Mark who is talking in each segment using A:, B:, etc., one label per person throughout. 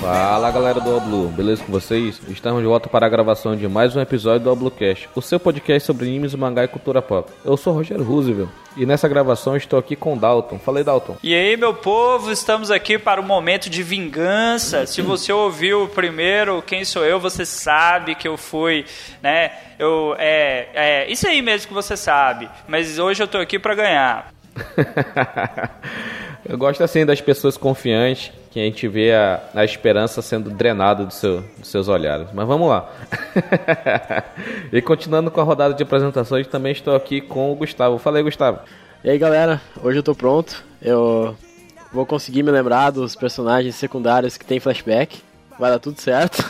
A: Fala galera do Oblu, beleza com vocês? Estamos de volta para a gravação de mais um episódio do Oblucast, o seu podcast sobre animes, mangá e cultura pop. Eu sou Rogério Roosevelt e nessa gravação estou aqui com o Dalton. Falei Dalton.
B: E aí, meu povo, estamos aqui para o momento de vingança. Se você ouviu o primeiro Quem Sou Eu, você sabe que eu fui, né? Eu, é, é isso aí mesmo que você sabe, mas hoje eu tô aqui para ganhar.
A: Eu gosto assim das pessoas confiantes, que a gente vê a, a esperança sendo drenada do seu, dos seus olhares. Mas vamos lá. e continuando com a rodada de apresentações, também estou aqui com o Gustavo. Fala aí, Gustavo.
C: E aí, galera, hoje eu tô pronto. Eu vou conseguir me lembrar dos personagens secundários que tem flashback. Vai dar tudo certo.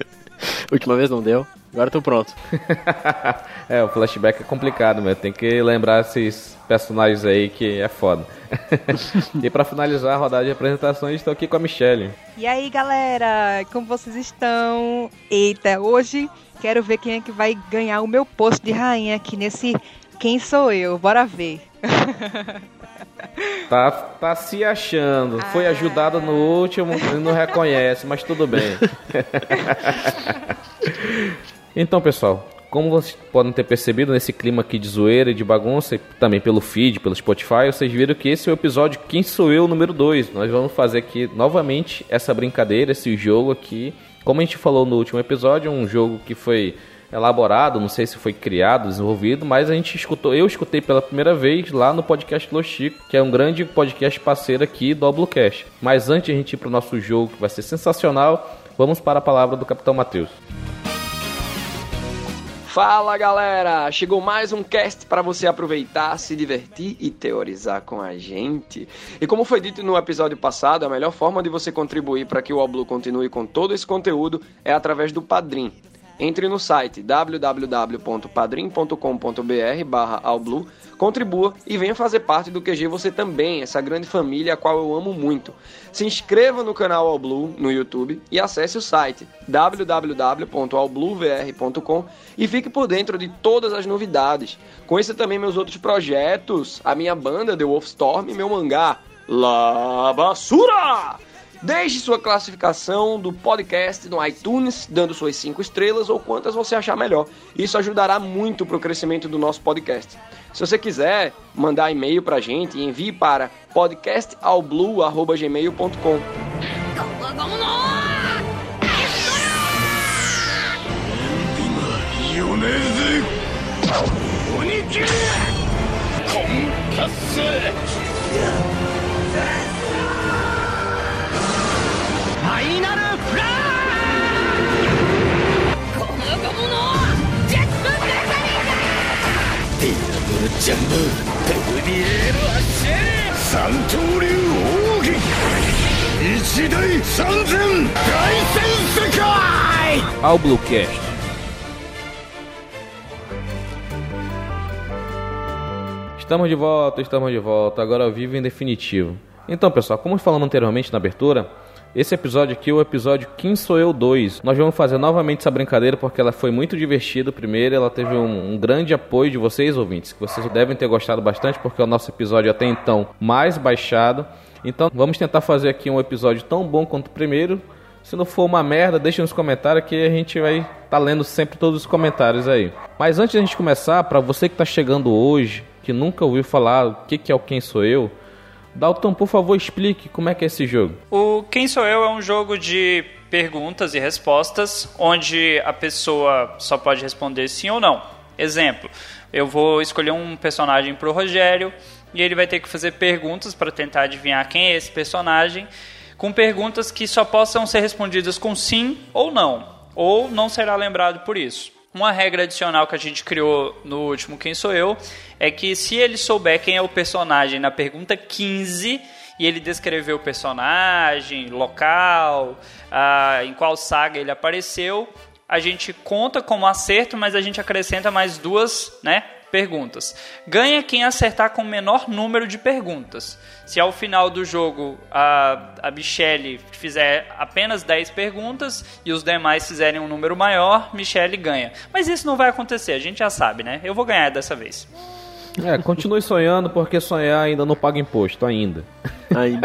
C: Última vez não deu. Agora eu tô pronto.
A: é, o flashback é complicado, meu. Tem que lembrar esses personagens aí que é foda. e para finalizar a rodada de apresentações, estou aqui com a Michelle.
D: E aí, galera, como vocês estão? Eita, hoje quero ver quem é que vai ganhar o meu posto de rainha aqui nesse Quem Sou Eu. Bora ver.
A: Tá, tá se achando. Foi
D: Ah.
A: ajudada no último e não reconhece, mas tudo bem. então, pessoal, como vocês podem ter percebido nesse clima aqui de zoeira e de bagunça, e também pelo feed, pelo Spotify, vocês viram que esse é o episódio Quem Sou Eu número 2. Nós vamos fazer aqui novamente essa brincadeira, esse jogo aqui. Como a gente falou no último episódio, é um jogo que foi elaborado, não sei se foi criado, desenvolvido, mas a gente escutou, eu escutei pela primeira vez lá no podcast Lo Chico, que é um grande podcast parceiro aqui do Oblocast. Mas antes de a gente ir pro nosso jogo, que vai ser sensacional, vamos para a palavra do Capitão Matheus.
E: Fala galera! Chegou mais um cast para você aproveitar, se divertir e teorizar com a gente. E como foi dito no episódio passado, a melhor forma de você contribuir para que o Oblu continue com todo esse conteúdo é através do Padrim. Entre no site www.padrim.com.br barra Oblu, contribua e venha fazer parte do QG Você Também, essa grande família a qual eu amo muito. Se inscreva no canal Alblu no YouTube e acesse o site www.albluvr.com e fique por dentro de todas as novidades. Conheça também meus outros projetos, a minha banda The Wolfstorm e meu mangá La Basura! Deixe sua classificação do podcast no iTunes, dando suas 5 estrelas ou quantas você achar melhor. Isso ajudará muito pro crescimento do nosso podcast. Se você quiser mandar e-mail pra gente, envie para podcastalblue.gmail.com.
A: Ao Bluecast. Estamos de volta, estamos de volta, agora ao vivo em definitivo. Então, pessoal, como falamos anteriormente na abertura, esse episódio aqui é o episódio Quem Sou Eu 2. Nós vamos fazer novamente essa brincadeira porque ela foi muito divertida primeiro, ela teve um, um grande apoio de vocês, ouvintes, que vocês devem ter gostado bastante porque é o nosso episódio até então mais baixado. Então, vamos tentar fazer aqui um episódio tão bom quanto o primeiro. Se não for uma merda, deixa nos comentários que a gente vai tá lendo sempre todos os comentários aí. Mas antes da gente começar, para você que tá chegando hoje, que nunca ouviu falar o que, que é o Quem Sou Eu, Dalton, por favor, explique como é que é esse jogo.
B: O Quem Sou Eu é um jogo de perguntas e respostas, onde a pessoa só pode responder sim ou não. Exemplo, eu vou escolher um personagem para o Rogério e ele vai ter que fazer perguntas para tentar adivinhar quem é esse personagem, com perguntas que só possam ser respondidas com sim ou não, ou não será lembrado por isso. Uma regra adicional que a gente criou no último Quem Sou Eu é que se ele souber quem é o personagem na pergunta 15, e ele descreveu o personagem, local, ah, em qual saga ele apareceu. A gente conta como acerto, mas a gente acrescenta mais duas, né? Perguntas. Ganha quem acertar com o menor número de perguntas. Se ao final do jogo a, a Michelle fizer apenas 10 perguntas e os demais fizerem um número maior, Michelle ganha. Mas isso não vai acontecer, a gente já sabe, né? Eu vou ganhar dessa vez.
A: É, continue sonhando porque sonhar ainda não paga imposto, ainda.
C: Aí,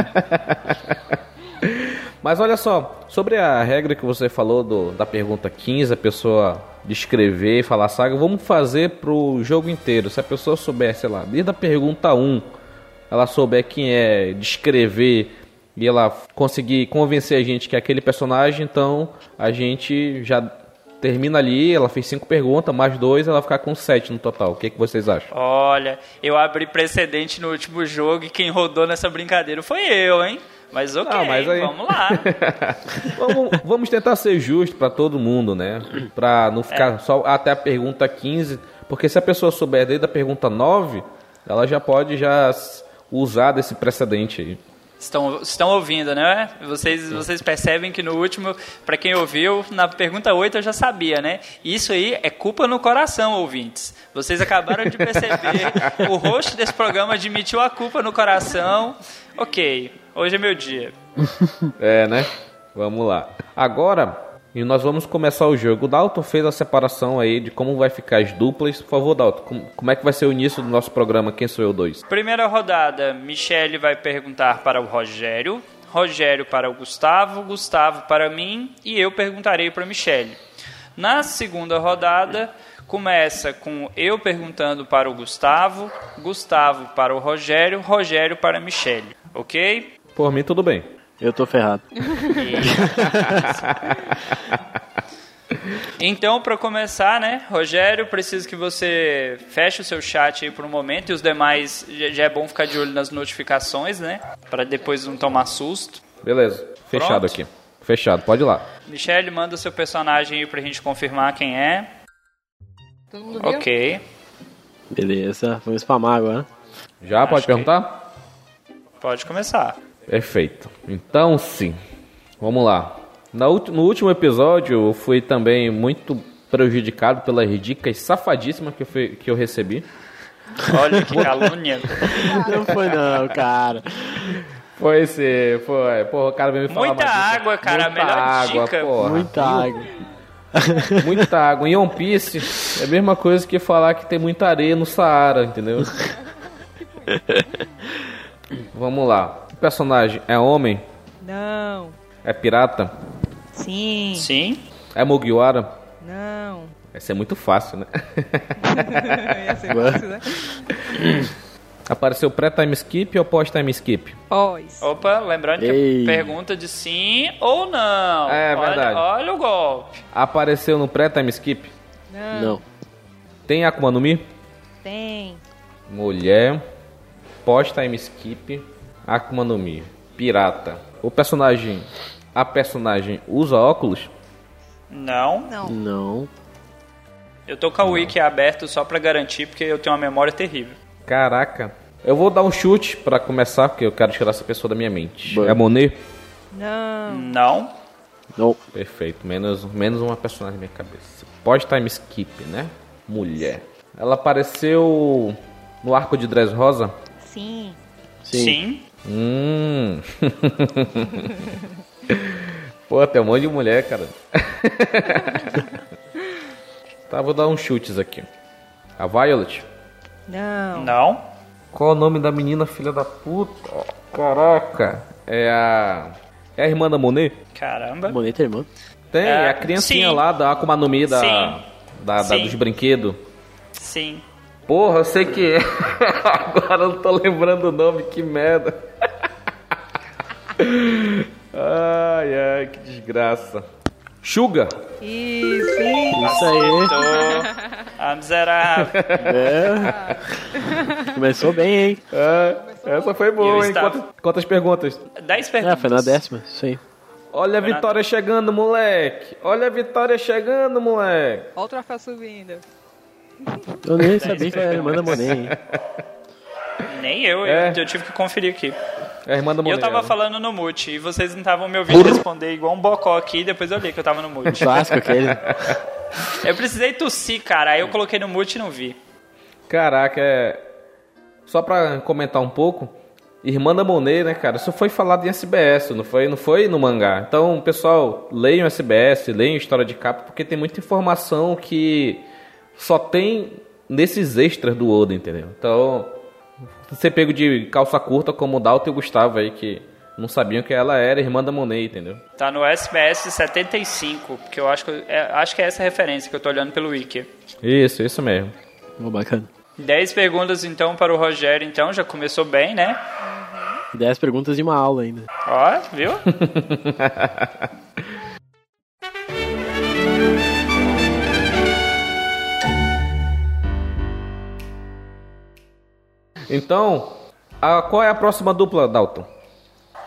A: Mas olha só, sobre a regra que você falou do- da pergunta 15, a pessoa descrever e falar saga, vamos fazer pro jogo inteiro. Se a pessoa souber, sei lá, desde a pergunta 1, ela souber quem é, descrever e ela conseguir convencer a gente que é aquele personagem, então a gente já termina ali, ela fez cinco perguntas, mais dois, ela ficar com sete no total. O que, que vocês acham?
B: Olha, eu abri precedente no último jogo e quem rodou nessa brincadeira foi eu, hein? Mas ok,
A: Ah, mas aí-
B: vamos lá.
A: vamos, vamos tentar ser justo pra todo mundo, né? Pra não
B: É.
A: ficar só até a pergunta 15, porque se a pessoa souber desde a pergunta 9, ela já pode já s- usar desse precedente aí.
B: Estão, estão ouvindo, né? Vocês, vocês percebem que no último, para quem ouviu, na pergunta 8 eu já sabia, né? Isso aí é culpa no coração, ouvintes. Vocês acabaram de perceber, o host desse programa admitiu a culpa no coração. Ok, hoje é meu dia.
A: É, né? Vamos lá. Agora, e nós vamos começar o jogo. O Dalton fez a separação aí de como vai ficar as duplas. Por favor, Dalton, com- como é que vai ser o início do nosso programa Quem Sou Eu 2?
B: Primeira rodada, Michele vai perguntar para o Rogério, Rogério para o Gustavo, Gustavo para mim e eu perguntarei para Michele. Na segunda rodada, começa com eu perguntando para o Gustavo, Gustavo para o Rogério, Rogério para a Michele, ok?
A: Por mim, tudo bem.
C: Eu tô ferrado.
B: Então, para começar, né, Rogério, preciso que você feche o seu chat aí por um momento e os demais já- já é bom ficar de olho nas notificações, né, para depois não tomar susto.
A: Beleza. Fechado
B: Pronto.
A: aqui. Fechado, pode ir lá.
B: Michelle, manda seu personagem aí pra gente confirmar quem é.
D: Todo mundo viu?
B: Ok.
C: Beleza, vamos spamar agora.
A: Já pode
B: que-
A: perguntar?
B: Pode começar.
A: Perfeito. Então, sim. Vamos lá. Na ulti- no último episódio, eu fui também muito prejudicado pelas dicas safadíssimas que eu, fui- que eu recebi.
B: Olha que calúnia.
C: Não foi não, cara.
A: Foi esse. Foi. Porra, o cara veio me falar.
B: Muita
A: uma dica.
B: água, cara, a
A: Muita
B: melhor
A: água,
B: dica.
A: Porra.
C: Muita água.
A: Muita água. Em One Piece, é a mesma coisa que falar que tem muita areia no Saara, entendeu? Vamos lá. O personagem é homem?
D: Não.
A: É pirata?
D: Sim.
B: Sim.
A: É Mugiwara?
D: Não.
A: Essa é muito fácil, né?
D: Ia ser fácil, né?
A: Apareceu pré-time skip ou pós-time skip?
D: Pós.
B: Opa, lembrando que
C: Ei.
B: a pergunta de sim ou não.
A: É,
B: olha,
A: verdade.
B: Olha o golpe.
A: Apareceu no pré-time skip?
D: Não.
C: Não.
A: Tem Akuma no Mi?
D: Tem.
A: Mulher. Pós-time skip. Akuma no Mi. Pirata. O personagem. A personagem usa óculos?
B: Não.
D: Não.
C: Não.
B: Eu tô com a wiki aberta só pra garantir, porque eu tenho uma memória terrível.
A: Caraca. Eu vou dar um chute pra começar, porque eu quero tirar essa pessoa da minha mente.
C: Boa.
A: É Monet?
D: Não.
B: Não.
C: Não.
A: Perfeito. Menos, menos uma personagem na minha cabeça. Pós-time skip, né? Mulher. Ela apareceu no arco de Dress Rosa?
D: Sim.
C: Sim.
B: sim.
A: Hum. Pô, tem um monte de mulher, cara. tá, vou dar uns chutes aqui. A Violet.
D: Não.
B: Não.
A: Qual o nome da menina, filha da puta? Caraca. É a. É a irmã da Monet?
B: Caramba.
C: Moneta, irmã.
A: Tem,
B: É,
A: a criancinha
B: sim.
A: lá da Akuma no Mi da,
B: Sim.
A: da, da-
B: Sim.
A: dos brinquedos.
B: Sim.
A: Porra, eu sei que é. Agora eu não tô lembrando o nome, que merda. Ai, ai, que desgraça. Suga!
D: E sim.
C: Isso aí.
B: Tô. Ah, miserável.
C: É. Começou bem, hein?
A: Ah, essa foi
B: Eu
A: boa, hein?
B: estava.
A: Quantas, quantas perguntas?
B: Dez
C: É,
B: perguntas.
C: foi na décima. Isso aí.
A: Olha a vitória chegando, moleque! Olha a vitória chegando, moleque!
D: Olha o troféu subindo.
C: Eu nem sabia que era a irmã da Monet, hein?
B: Nem eu,
A: É.
B: eu, eu tive que conferir aqui.
A: É a irmã da
B: E eu
A: mulher.
B: tava falando no mute e vocês não estavam me ouvindo responder igual um bocó aqui e depois eu li que eu tava no mute.
C: Um Clássico aquele.
B: Eu precisei tossir, cara, aí eu coloquei no mute e não vi.
A: Caraca, é. Só pra comentar um pouco, Irmã da Monet, né, cara? Isso foi falado em SBS, não foi, não foi no mangá. Então, pessoal, leiam SBS, leiam História de Capa, porque tem muita informação que só tem nesses extras do Oda, entendeu? Então, você pego de calça curta como o Dalton e o Gustavo aí, que não sabiam que ela era irmã da Monet, entendeu?
B: Tá no SBS 75, porque eu acho que, eu- é, acho que é essa a referência que eu tô olhando pelo wiki.
A: Isso, isso mesmo.
C: Ô, bacana.
B: 10 perguntas então para o Rogério, então já começou bem, né?
C: Dez perguntas e uma aula ainda.
B: Ó, viu?
A: Então, a- qual é a próxima dupla, Dalton?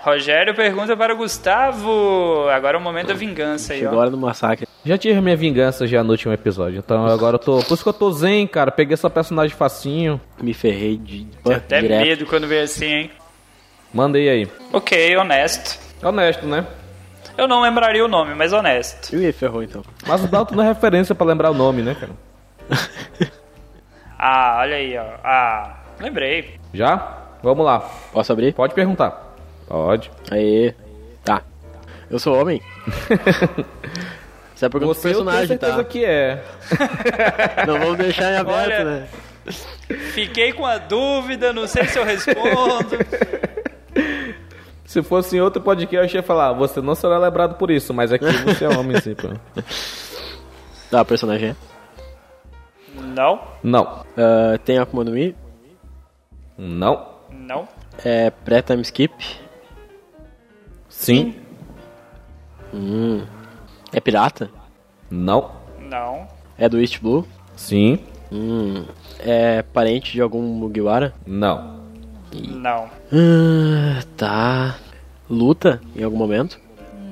B: Rogério pergunta para o Gustavo. Agora é o momento da vingança aí, ó.
C: Agora no massacre.
A: Já tive minha vingança já no último episódio, então agora eu tô. Por isso que eu tô zen, cara. Peguei essa personagem facinho.
C: Me ferrei de.
B: Tem até
C: direto.
B: medo quando vem assim, hein?
A: Mandei aí.
B: Ok, honesto.
A: Honesto, né?
B: Eu não lembraria o nome, mas honesto.
C: Ih, ferrou então.
A: Mas o Dalton não é referência pra lembrar o nome, né, cara?
B: Ah, olha aí, ó. Ah, lembrei.
A: Já? Vamos lá.
C: Posso abrir?
A: Pode perguntar. Pode.
C: Aê. Tá. Eu sou homem. Isso é pergunta do
A: Você eu tenho
C: personagem,
A: certeza
C: tá?
A: que é.
C: Não vamos deixar em aberto,
B: Olha.
C: né?
B: Fiquei com a dúvida, não sei se eu respondo.
A: Se fosse em outro podcast, eu ia falar, você não será lembrado por isso, mas aqui você é homem, sim, pô.
C: Tá, o personagem é.
B: Não,
A: Não.
C: Ah, tem Akuma no Mi.
A: Não.
B: não,
C: É pré-time skip.
A: Sim.
C: Hum. É pirata.
A: Não.
B: não,
C: É do East Blue.
A: Sim.
C: Hum. É parente de algum Mugiwara.
A: Não.
B: não.
C: Ah, tá. Luta em algum momento.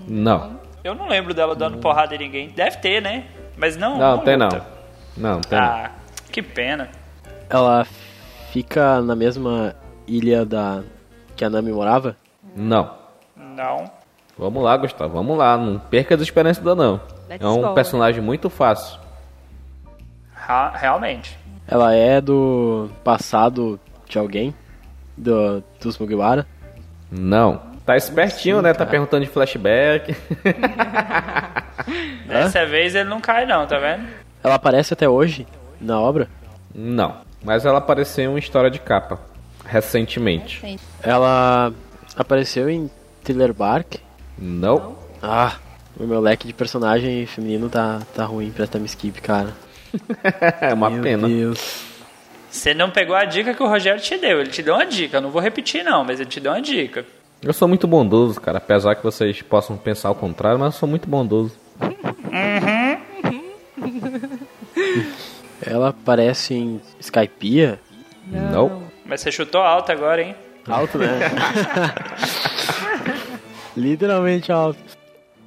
A: Não.
B: Eu não lembro dela dando porrada em ninguém. Deve ter, né? Mas não.
A: Não, tem não.
B: luta.
A: Não, tem não.
B: Ah, que pena.
C: Ela fica na mesma ilha da que a Nami morava.
A: Não.
B: Não.
A: Vamos lá, Gustavo. Vamos lá. Não perca as esperanças da não.
D: Let's
A: É um
D: go.
A: personagem muito fácil.
B: Ra- realmente.
C: Ela é do passado de alguém. Do, dos Mugiwara.
A: Não. Tá espertinho, né? Tá perguntando de flashback.
B: Dessa vez ele não cai, não, tá vendo?
C: Ela aparece até hoje na obra.
A: Não. Mas ela apareceu em uma história de capa. Recentemente.
C: Ela apareceu em Thriller Bark.
A: Não.
C: Ah, o meu leque de personagem feminino tá, tá ruim pra time skip, cara.
A: É uma
C: meu
A: pena.
C: Deus.
B: Você não pegou a dica que o Rogério te deu. Ele te deu uma dica. Eu não vou repetir, não, mas ele te deu uma dica.
A: Eu sou muito bondoso, cara. Apesar que vocês possam pensar ao contrário, mas eu sou muito bondoso.
C: Ela aparece em Skypiea.
A: Não.
B: Mas você chutou alto agora, hein?
C: Alto, né? Literalmente alto.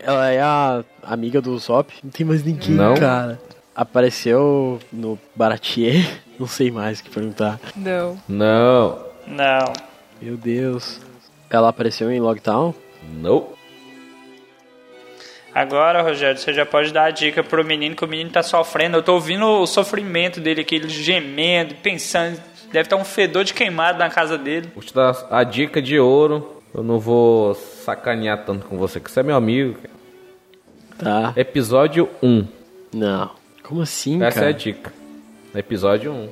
C: Ela é a amiga do Usopp. Não tem mais ninguém,
A: Não.
C: cara. Apareceu no Baratier. Não sei mais o que perguntar.
D: Não.
A: Não.
B: Não.
C: Meu Deus. Ela apareceu em Logtown.
A: Não.
B: Agora, Rogério, você já pode dar a dica pro menino que o menino tá sofrendo. Eu tô ouvindo o sofrimento dele aqui, ele gemendo, pensando. Deve estar um fedor de queimado na casa dele.
A: Vou te dar a dica de ouro. Eu não vou sacanear tanto com você, que você é meu amigo. cara.
C: Tá.
A: Episódio 1.
C: Não. Como assim,
A: Essa é
C: cara?
A: a dica. Episódio 1.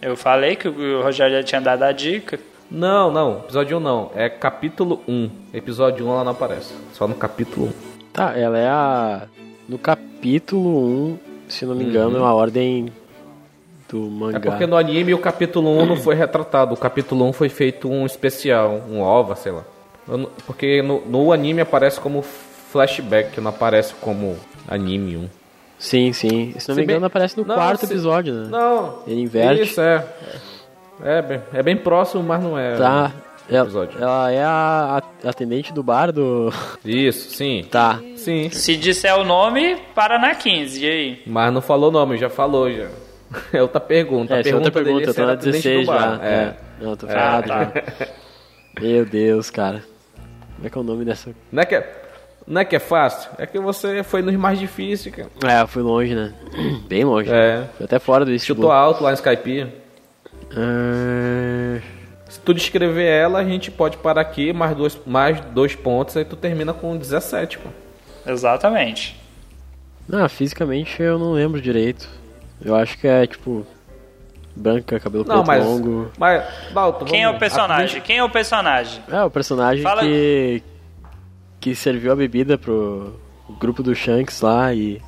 B: Eu falei que o Rogério já tinha dado a dica.
A: Não, não. Episódio 1 não. É capítulo 1. Episódio 1 ela não aparece. Só no capítulo 1.
C: Tá, ela é a. No capítulo 1, se não me engano, é a ordem do
A: Uhum. É
C: mangá.
A: porque no anime o capítulo 1 não foi retratado. O capítulo 1 foi feito um especial, um ova, sei lá. Eu não- Porque no, no anime aparece como flashback, não aparece como anime 1.
C: Sim, sim. Se não
A: Se
C: me
A: bem-
C: engano, aparece no
A: Não,
C: quarto
A: se-
C: episódio, né?
A: Não.
C: Ele inverte.
A: Isso, é. É bem, é bem próximo, mas não é.
C: Tá. Ela,
A: Episódio.
C: ela é a a- atendente do bar do.
A: Isso, sim.
C: Tá.
A: Sim.
B: Se disser o nome, para na 15. E aí?
A: Mas não falou o nome, já falou já. É outra pergunta.
C: É,
A: a
C: essa é
A: pergunta
C: outra
A: dele é
C: pergunta, eu
A: se
C: tô na
A: era atendente do
C: 16 já.
A: bar.
C: É.
A: É.
C: Não, tô
A: É.
C: ferrado
B: Ah,
C: já. Meu Deus, cara. Como é que é o nome dessa.
A: Não é que é, não é que é fácil, é que você foi nos mais difíceis, cara.
C: É, eu fui longe, né? Bem longe.
A: É.
C: Fui até fora do estilo.
A: Chutou alto lá em Skype.
C: Ah,
A: Se tu descrever ela, a gente pode parar aqui, mais dois, mais dois pontos, aí tu termina com 17, pô.
B: Exatamente.
C: Não, fisicamente eu não lembro direito. Eu acho que é tipo. branca, cabelo
A: Não,
C: preto
A: mas.
C: longo.
A: Mas, Dalton,
B: Quem é
A: vamos-
B: o personagem? Quem é o personagem?
C: É, o personagem
B: Fala-
C: que. que serviu a bebida pro grupo do Shanks lá e.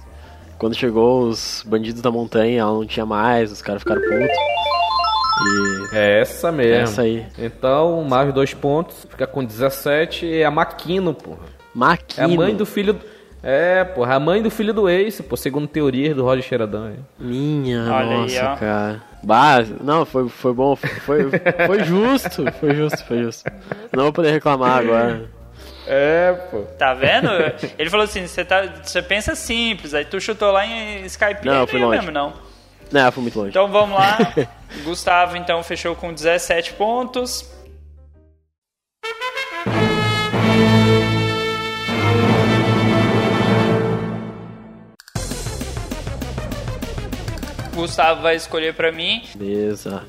C: Quando chegou os bandidos da montanha, ela não tinha mais, os caras ficaram putos.
A: É essa
C: E.
A: mesmo.
C: Essa aí.
A: Então, mais dois pontos, fica com 17 e é a Maquino, porra. É a
C: Maquino.
A: mãe do filho. É, porra, a mãe do filho do Ace, pô, segundo teorias do Roger Sheridan. hein?
C: Minha
B: Olha aí,
C: nossa,
B: ó.
C: cara. Bah, não, foi, foi bom, foi, foi justo, foi justo, foi justo. Não vou poder reclamar agora.
A: É, pô.
B: Tá vendo? Ele falou assim: você tá, você pensa simples, aí tu chutou lá em Skype é
C: Não, eu fui longe.
B: mesmo, não.
C: Não, foi muito longe.
B: Então vamos lá. Gustavo então fechou com 17 pontos. Gustavo vai escolher pra mim.
C: Beleza.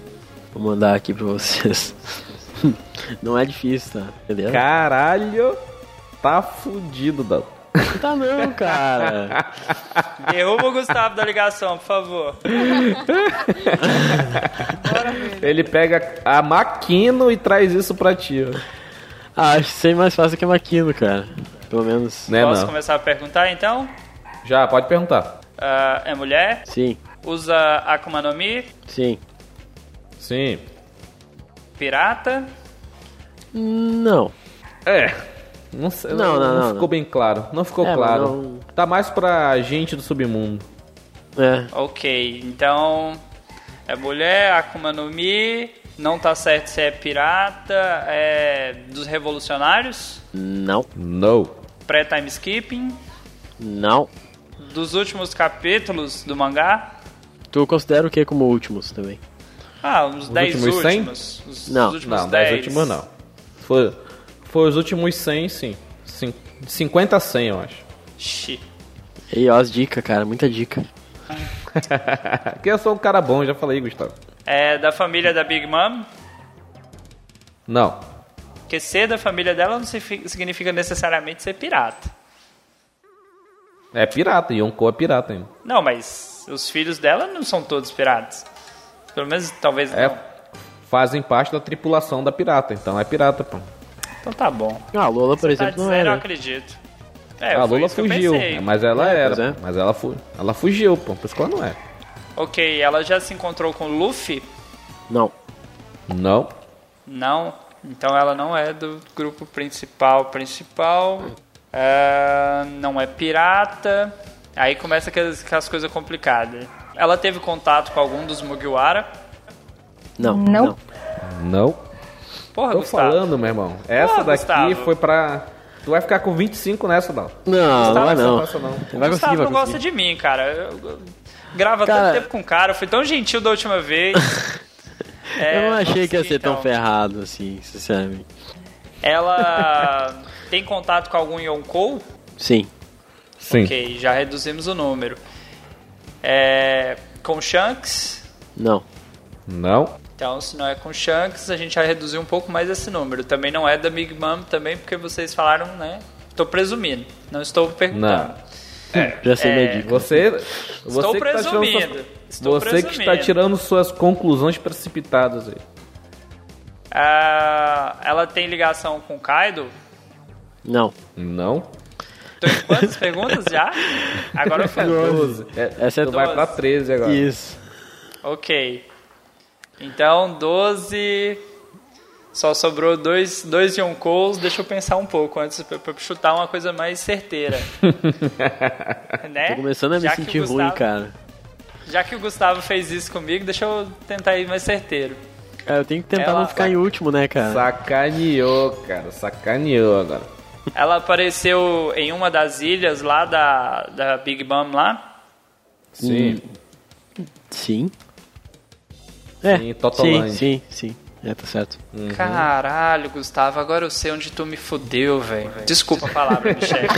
C: Vou mandar aqui pra vocês. Não é difícil, tá? Entendeu?
A: Caralho, tá fudido, Dalton.
C: Tá não, cara.
B: Derruba o Gustavo da ligação, por favor.
A: Ele pega a Maquino e traz isso pra ti. ó.
C: Ah, acho que sei mais fácil que a Maquino, cara. Pelo menos.
A: Né,
B: Posso
A: não?
B: começar a perguntar então?
A: Já, pode perguntar.
B: Ah, é mulher?
C: Sim,
B: Usa Akuma no Mi?
C: sim.
A: Sim.
B: Pirata?
C: Não.
A: É. Não, sei,
C: Não,
A: não,
C: não,
A: não
C: não,
A: ficou
C: não.
A: bem claro. Não ficou
C: É, mas
A: claro.
C: não-
A: Tá mais pra gente do submundo.
C: É.
B: Ok, então é mulher, Akuma no Mi, não tá certo se é pirata, é dos revolucionários,
C: Não.
A: Não.
B: pré-time skipping,
C: Não.
B: dos últimos capítulos do mangá.
C: Tu considera o que como últimos também?
B: Ah, uns 10
A: últimos
B: últimos.
A: 100?
B: Os,
C: Não,
B: os últimos
A: Não,
B: 10.
A: dez últimos não. Foi, foi os últimos 100, sim. Cin- 50 a 100, eu acho.
B: Xi.
C: E ó, as dicas, cara. Muita dica.
A: Porque eu sou um cara bom, já falei, Gustavo.
B: É da família da Big Mom,
A: Não.
B: porque ser da família dela não signifi- significa necessariamente ser pirata.
A: É pirata, Yonkou é pirata ainda.
B: Não, mas os filhos dela não são todos piratas. Pelo menos talvez
A: É,
B: não.
A: fazem parte da tripulação da pirata, então é pirata, pô.
B: Então tá bom.
C: Ah, a Lola, por
B: Tá
C: exemplo, não
B: dizendo, eu
C: era. Ah,
B: acredito. É,
A: a
B: foi
A: Lula
B: isso que eu
A: fugiu, né?
B: pensei.
A: mas ela
C: É, pois
A: era.
C: é.
A: Mas ela, fu ela fugiu, pô. Por isso que ela não é.
B: Ok, ela já se encontrou com o Luffy?
C: Não.
A: Não.
B: Não. Então ela não é do grupo principal. Principal. Ah, não é pirata. Aí começa aquelas, aquelas coisas complicadas. Ela teve contato com algum dos Mugiwara?
C: Não.
D: Não.
A: Não.
B: Porra,
A: Tô
B: Ah, Gustavo.
A: falando, meu irmão. Essa
B: Ô,
A: daqui
B: Gustavo.
A: foi pra. Tu vai ficar com 25 nessa, não.
C: Não, não vai
A: essa
C: não.
A: passa, não.
C: Vai
B: Gustavo
C: conseguir, vai
B: não gosta
C: conseguir.
B: de mim, cara. Eu- eu- Grava
C: Cara-
B: tanto tempo com o cara, eu fui tão gentil da última vez. É,
C: Eu não achei que ia
B: consegui,
C: ser tão
B: então.
C: ferrado assim, sinceramente.
B: Ela tem contato com algum Yonkou?
C: Sim.
A: Sim.
B: Ok, já reduzimos o número. É, com Shanks?
C: Não.
A: Não.
B: Então, se não é com Shanks, a gente já reduziu um pouco mais esse número. Também não é da Big Mom também, porque vocês falaram, né? Tô presumindo, não estou perguntando.
A: Não.
C: Já sei minha
B: É.
C: dica.
A: Você. você
B: Estou
A: que tá tirando suas-
B: presumindo. Estou
A: você
B: presumindo.
A: que está tirando suas conclusões precipitadas aí.
B: Ah, ela tem ligação com Kaido?
C: Não.
A: Não.
B: Tô em quantas perguntas já? Agora eu fui.
A: É,
C: Essa é
A: tu vai
B: doze.
A: pra 13 agora.
C: Isso.
B: Ok. Então, 12. Só sobrou dois, dois Yonkous. Deixa eu pensar um pouco antes pra, pra chutar uma coisa mais certeira. né?
C: Tô começando a me
B: Já que o
C: sentir
B: Gustavo-
C: ruim, cara.
B: Já que o Gustavo fez isso comigo, deixa eu tentar ir mais certeiro.
C: É, eu tenho que tentar
B: Ela-
C: não ficar em último, né, cara?
A: Sacaneou, cara. Sacaneou agora.
B: Ela apareceu em uma das ilhas lá da, da Big Mom lá.
A: Sim.
C: Sim. É.
A: Sim,
C: sim,
A: Totolândia.
C: sim, sim. É, tá certo.
B: Uhum. Caralho, Gustavo, agora eu sei onde tu me fudeu, velho. Desculpa a palavra, Michel.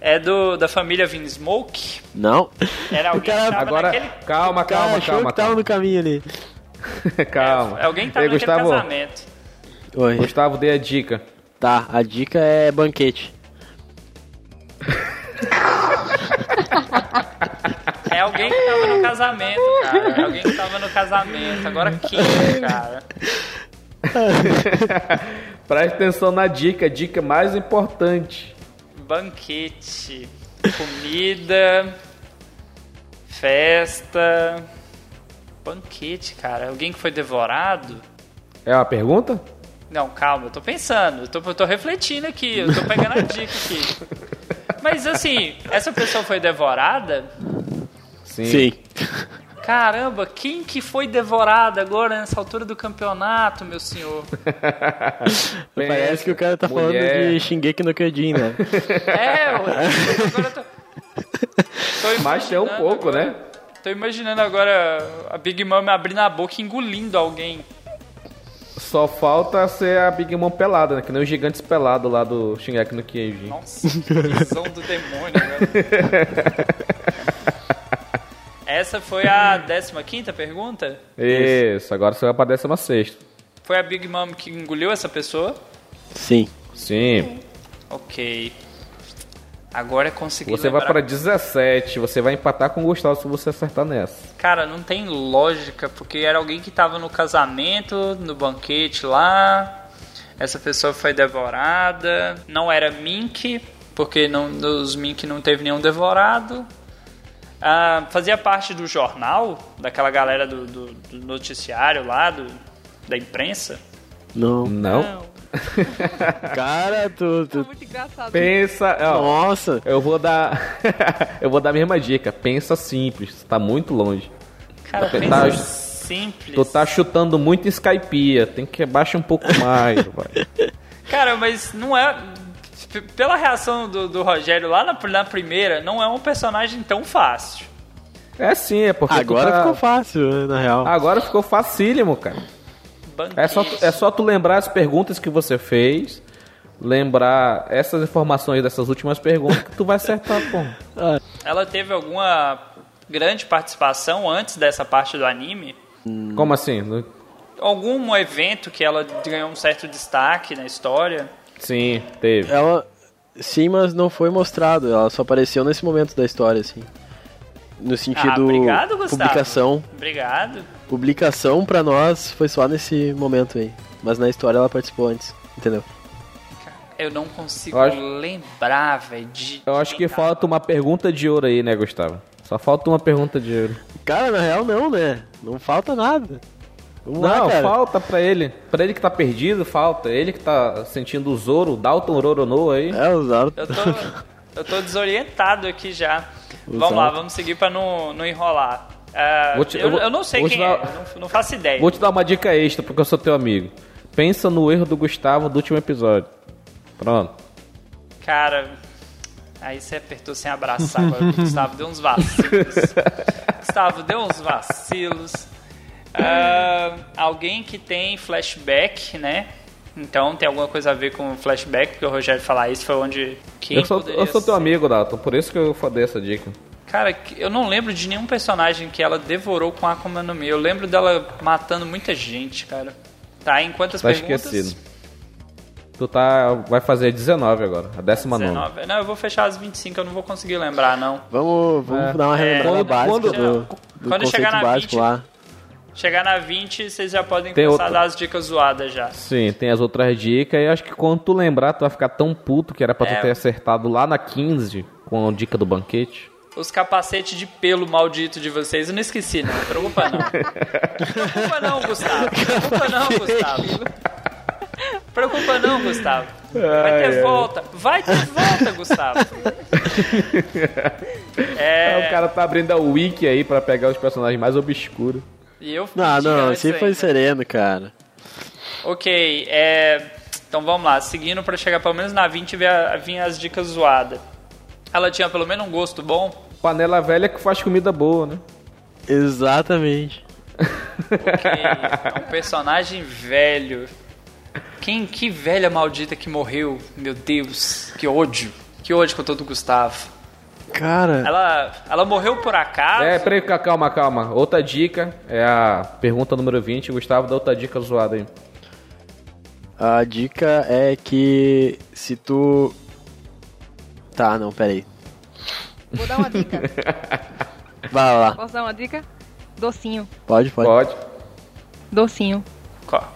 B: é do, da família Vinsmoke.
C: Não.
B: Era alguém
C: cara
B: que tava
A: Agora,
B: naquele...
A: calma,
C: Cara,
A: calma,
C: achou
A: calma,
C: que tava
A: calma.
C: no caminho ali.
A: calma.
B: Alguém que tava
A: Ei,
B: naquele
A: Gustavo,
B: casamento.
C: Oi.
A: Gustavo, dê a dica.
C: Tá, a dica é banquete.
B: É alguém que tava no casamento, cara. É alguém que tava no casamento. Agora quem, cara?
A: Presta atenção na dica, a dica mais importante.
B: Banquete, comida, festa. Banquete, cara. Alguém que foi devorado?
A: É uma pergunta?
B: Não, calma, eu tô pensando, eu tô, eu tô refletindo aqui, eu tô pegando a dica aqui. Mas assim, essa pessoa foi devorada?
C: Sim.
B: Caramba, quem que foi devorada agora nessa altura do campeonato, meu senhor?
C: Parece que o cara tá falando
A: Mulher.
C: de Shingeki no Kyojin, né?
B: É, eu- agora eu tô. tô
A: Mas é um
B: imaginando
A: pouco,
B: agora-
A: né?
B: Tô imaginando agora a Big Mom abrindo a boca e engolindo alguém.
A: Só falta ser a Big Mom pelada, né? Que nem os gigantes pelados lá do Shingeki no Kyojin.
B: Nossa, que visão do demônio, velho. Essa foi a 15 pergunta?
A: Isso, agora você vai pra 16.
B: Foi a Big Mom que engoliu essa pessoa?
C: Sim.
A: Sim.
B: Ok. Agora consegui
A: Você vai
B: lembrar.
A: pra 17. Você vai empatar com o Gustavo se você acertar nessa.
B: Cara, não tem lógica, porque era alguém que tava no casamento, no banquete lá. Essa pessoa foi devorada. Não era Mink, porque não, dos Mink não teve nenhum devorado. Ah, fazia parte do jornal, daquela galera do, do- do noticiário lá, do, da imprensa.
C: Não.
A: Não?
C: Hum. Cara, tu.
D: Tá
C: tu-
D: muito engraçado.
A: Pensa. Ó,
C: Nossa!
A: eu vou dar. eu vou dar a mesma dica. Pensa simples. Tá muito longe.
B: Cara,
A: Tá-
B: pensa
A: tá-
B: simples.
A: Tu tá chutando muito em Skypia. Tem que abaixar um pouco mais, vai.
B: Cara, mas não é. p- Pela reação do, do Rogério lá na, na primeira, não é um personagem tão fácil.
A: É sim, é porque. tu
C: Agora
A: tá-
C: ficou fácil, né, na real.
A: Agora ficou facílimo, cara.
B: Banquete.
A: É só, tu- é só tu lembrar as perguntas que você fez, lembrar essas informações dessas últimas perguntas que tu vai acertar, pô.
B: Ela teve alguma grande participação antes dessa parte do anime?
A: Como assim? No-
B: Algum evento que ela ganhou um certo destaque na história?
A: Sim, teve.
C: Ela. Sim, mas não foi mostrado. Ela só apareceu nesse momento da história, assim. No sentido.
B: ah, obrigado, Gustavo.
C: publicação.
B: Obrigado.
C: Publicação pra nós foi só nesse momento aí. Mas na história ela participou antes, entendeu?
B: Eu não consigo
A: Eu acho-
B: lembrar, velho, de...
A: Eu acho que falta uma pergunta de ouro aí, né, Gustavo? Só falta uma pergunta de ouro.
C: Cara, na real não, né? Não falta nada. Vamos lá,
B: é,
A: Não,
C: cara.
A: falta pra ele. Pra ele que tá perdido, falta. Ele que tá sentindo o Zoro, o Dalton Roronoa aí.
C: É, usaram.
B: Eu tô, eu tô desorientado aqui já. Vamos
C: Exato.
B: lá, vamos seguir pra não, não enrolar. Ah,
A: Vou te-
B: eu,
A: eu vou-
B: eu não sei
A: vou te
B: quem
A: dar-
B: é, eu não, não faço ideia.
A: Vou te dar uma dica extra, porque eu sou teu amigo. Pensa no erro do Gustavo do último episódio. Pronto.
B: Cara, aí você apertou sem abraçar. agora. Gustavo deu uns vacilos. Gustavo deu uns vacilos. Ah, alguém que tem flashback, né? Então tem alguma coisa a ver com flashback, porque o Rogério falar isso foi onde. Quem
A: Eu um sou,
B: poderia
A: eu sou
B: ser?
A: teu amigo, Dalton, por isso que eu dei essa dica. Tá
B: Cara, que- eu não lembro de nenhum personagem que ela devorou com a Akuma no Mi. Eu lembro dela matando muita gente, cara. Tá, em quantas
A: Tá
B: perguntas?
A: esquecido. Tu tá. Vai fazer 19 agora, a décima nona.
B: 19. Não, eu vou fechar as 25, eu não vou conseguir lembrar, não.
C: Vamos, vamos
A: É.
C: dar uma relembrada
A: Quando-
C: básica
A: quando-
C: do, do
B: quando chegar
C: conceito
B: na
C: básico
B: 20,
C: lá.
B: Chegar na 20, vocês já podem
A: Tem
B: começar
A: outra.
B: a dar as dicas zoadas já.
A: Sim, tem as outras dicas. E acho que quando tu lembrar, tu vai ficar tão puto que era pra
B: É.
A: tu ter acertado lá na 15 com a dica do banquete.
B: Os capacetes de pelo maldito de vocês, eu não esqueci, não. Preocupa não. Preocupa não, Gustavo. Preocupa não, Gustavo. Preocupa não, Gustavo. Vai ter volta. Vai ter volta, Gustavo.
A: É.
B: É,
A: O cara tá abrindo a wiki aí pra pegar os personagens mais obscuros.
B: e eu
C: Ah, Não,
B: pedi
C: não,
B: antes
C: sempre foi
B: ainda.
C: sereno, cara.
B: Ok, é... Então vamos lá, seguindo pra chegar pelo menos na 20 e ver a- vir as dicas zoadas. Ela tinha pelo menos um gosto bom?
A: Panela velha que faz comida boa, né?
C: Exatamente.
B: Ok, é um personagem velho. Quem, que velha maldita que morreu? Meu Deus, que ódio. Que ódio que eu tô do Gustavo.
C: Cara,
B: Ela, ela morreu por acaso?
A: É, peraí, ca- calma, calma. Outra dica é a pergunta número 20. Gustavo, dá outra dica zoada aí.
C: a dica é que se tu. Tá, não, peraí.
D: Vou dar uma dica.
C: Vai lá.
D: Posso dar uma dica? Docinho.
C: Pode, pode.
A: Pode.
D: Docinho.
B: Qual?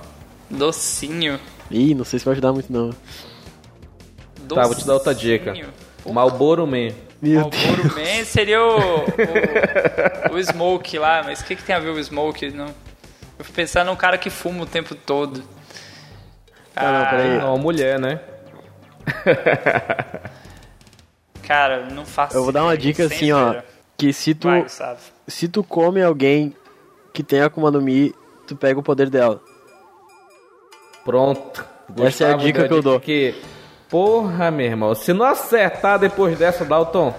B: Docinho.
C: Ih, não sei se vai ajudar muito não.
B: Docinho.
A: Tá, vou te dar outra dica. Malboro Man.
C: Meu
B: Malboro Man seria o, o, o Smoke lá, mas o que, que tem a ver o Smoke? Não. Eu fui pensar num cara que fuma o tempo todo.
C: Não, não,
A: É
C: peraí.
A: uma mulher, né?
B: Ah, Cara, não faço
C: Eu vou dar uma
B: ideia,
C: dica
B: sem
C: assim, ó.
B: zoeira.
C: Que se tu,
B: Vai, Gustavo.
C: se tu come alguém que tem Akuma no Mi, tu pega o poder dela.
A: Pronto.
C: Essa é a
A: Gustavo
C: dica
A: deu
C: que eu dou.
A: Que... Porra, meu irmão. Se não acertar depois dessa, Dalton,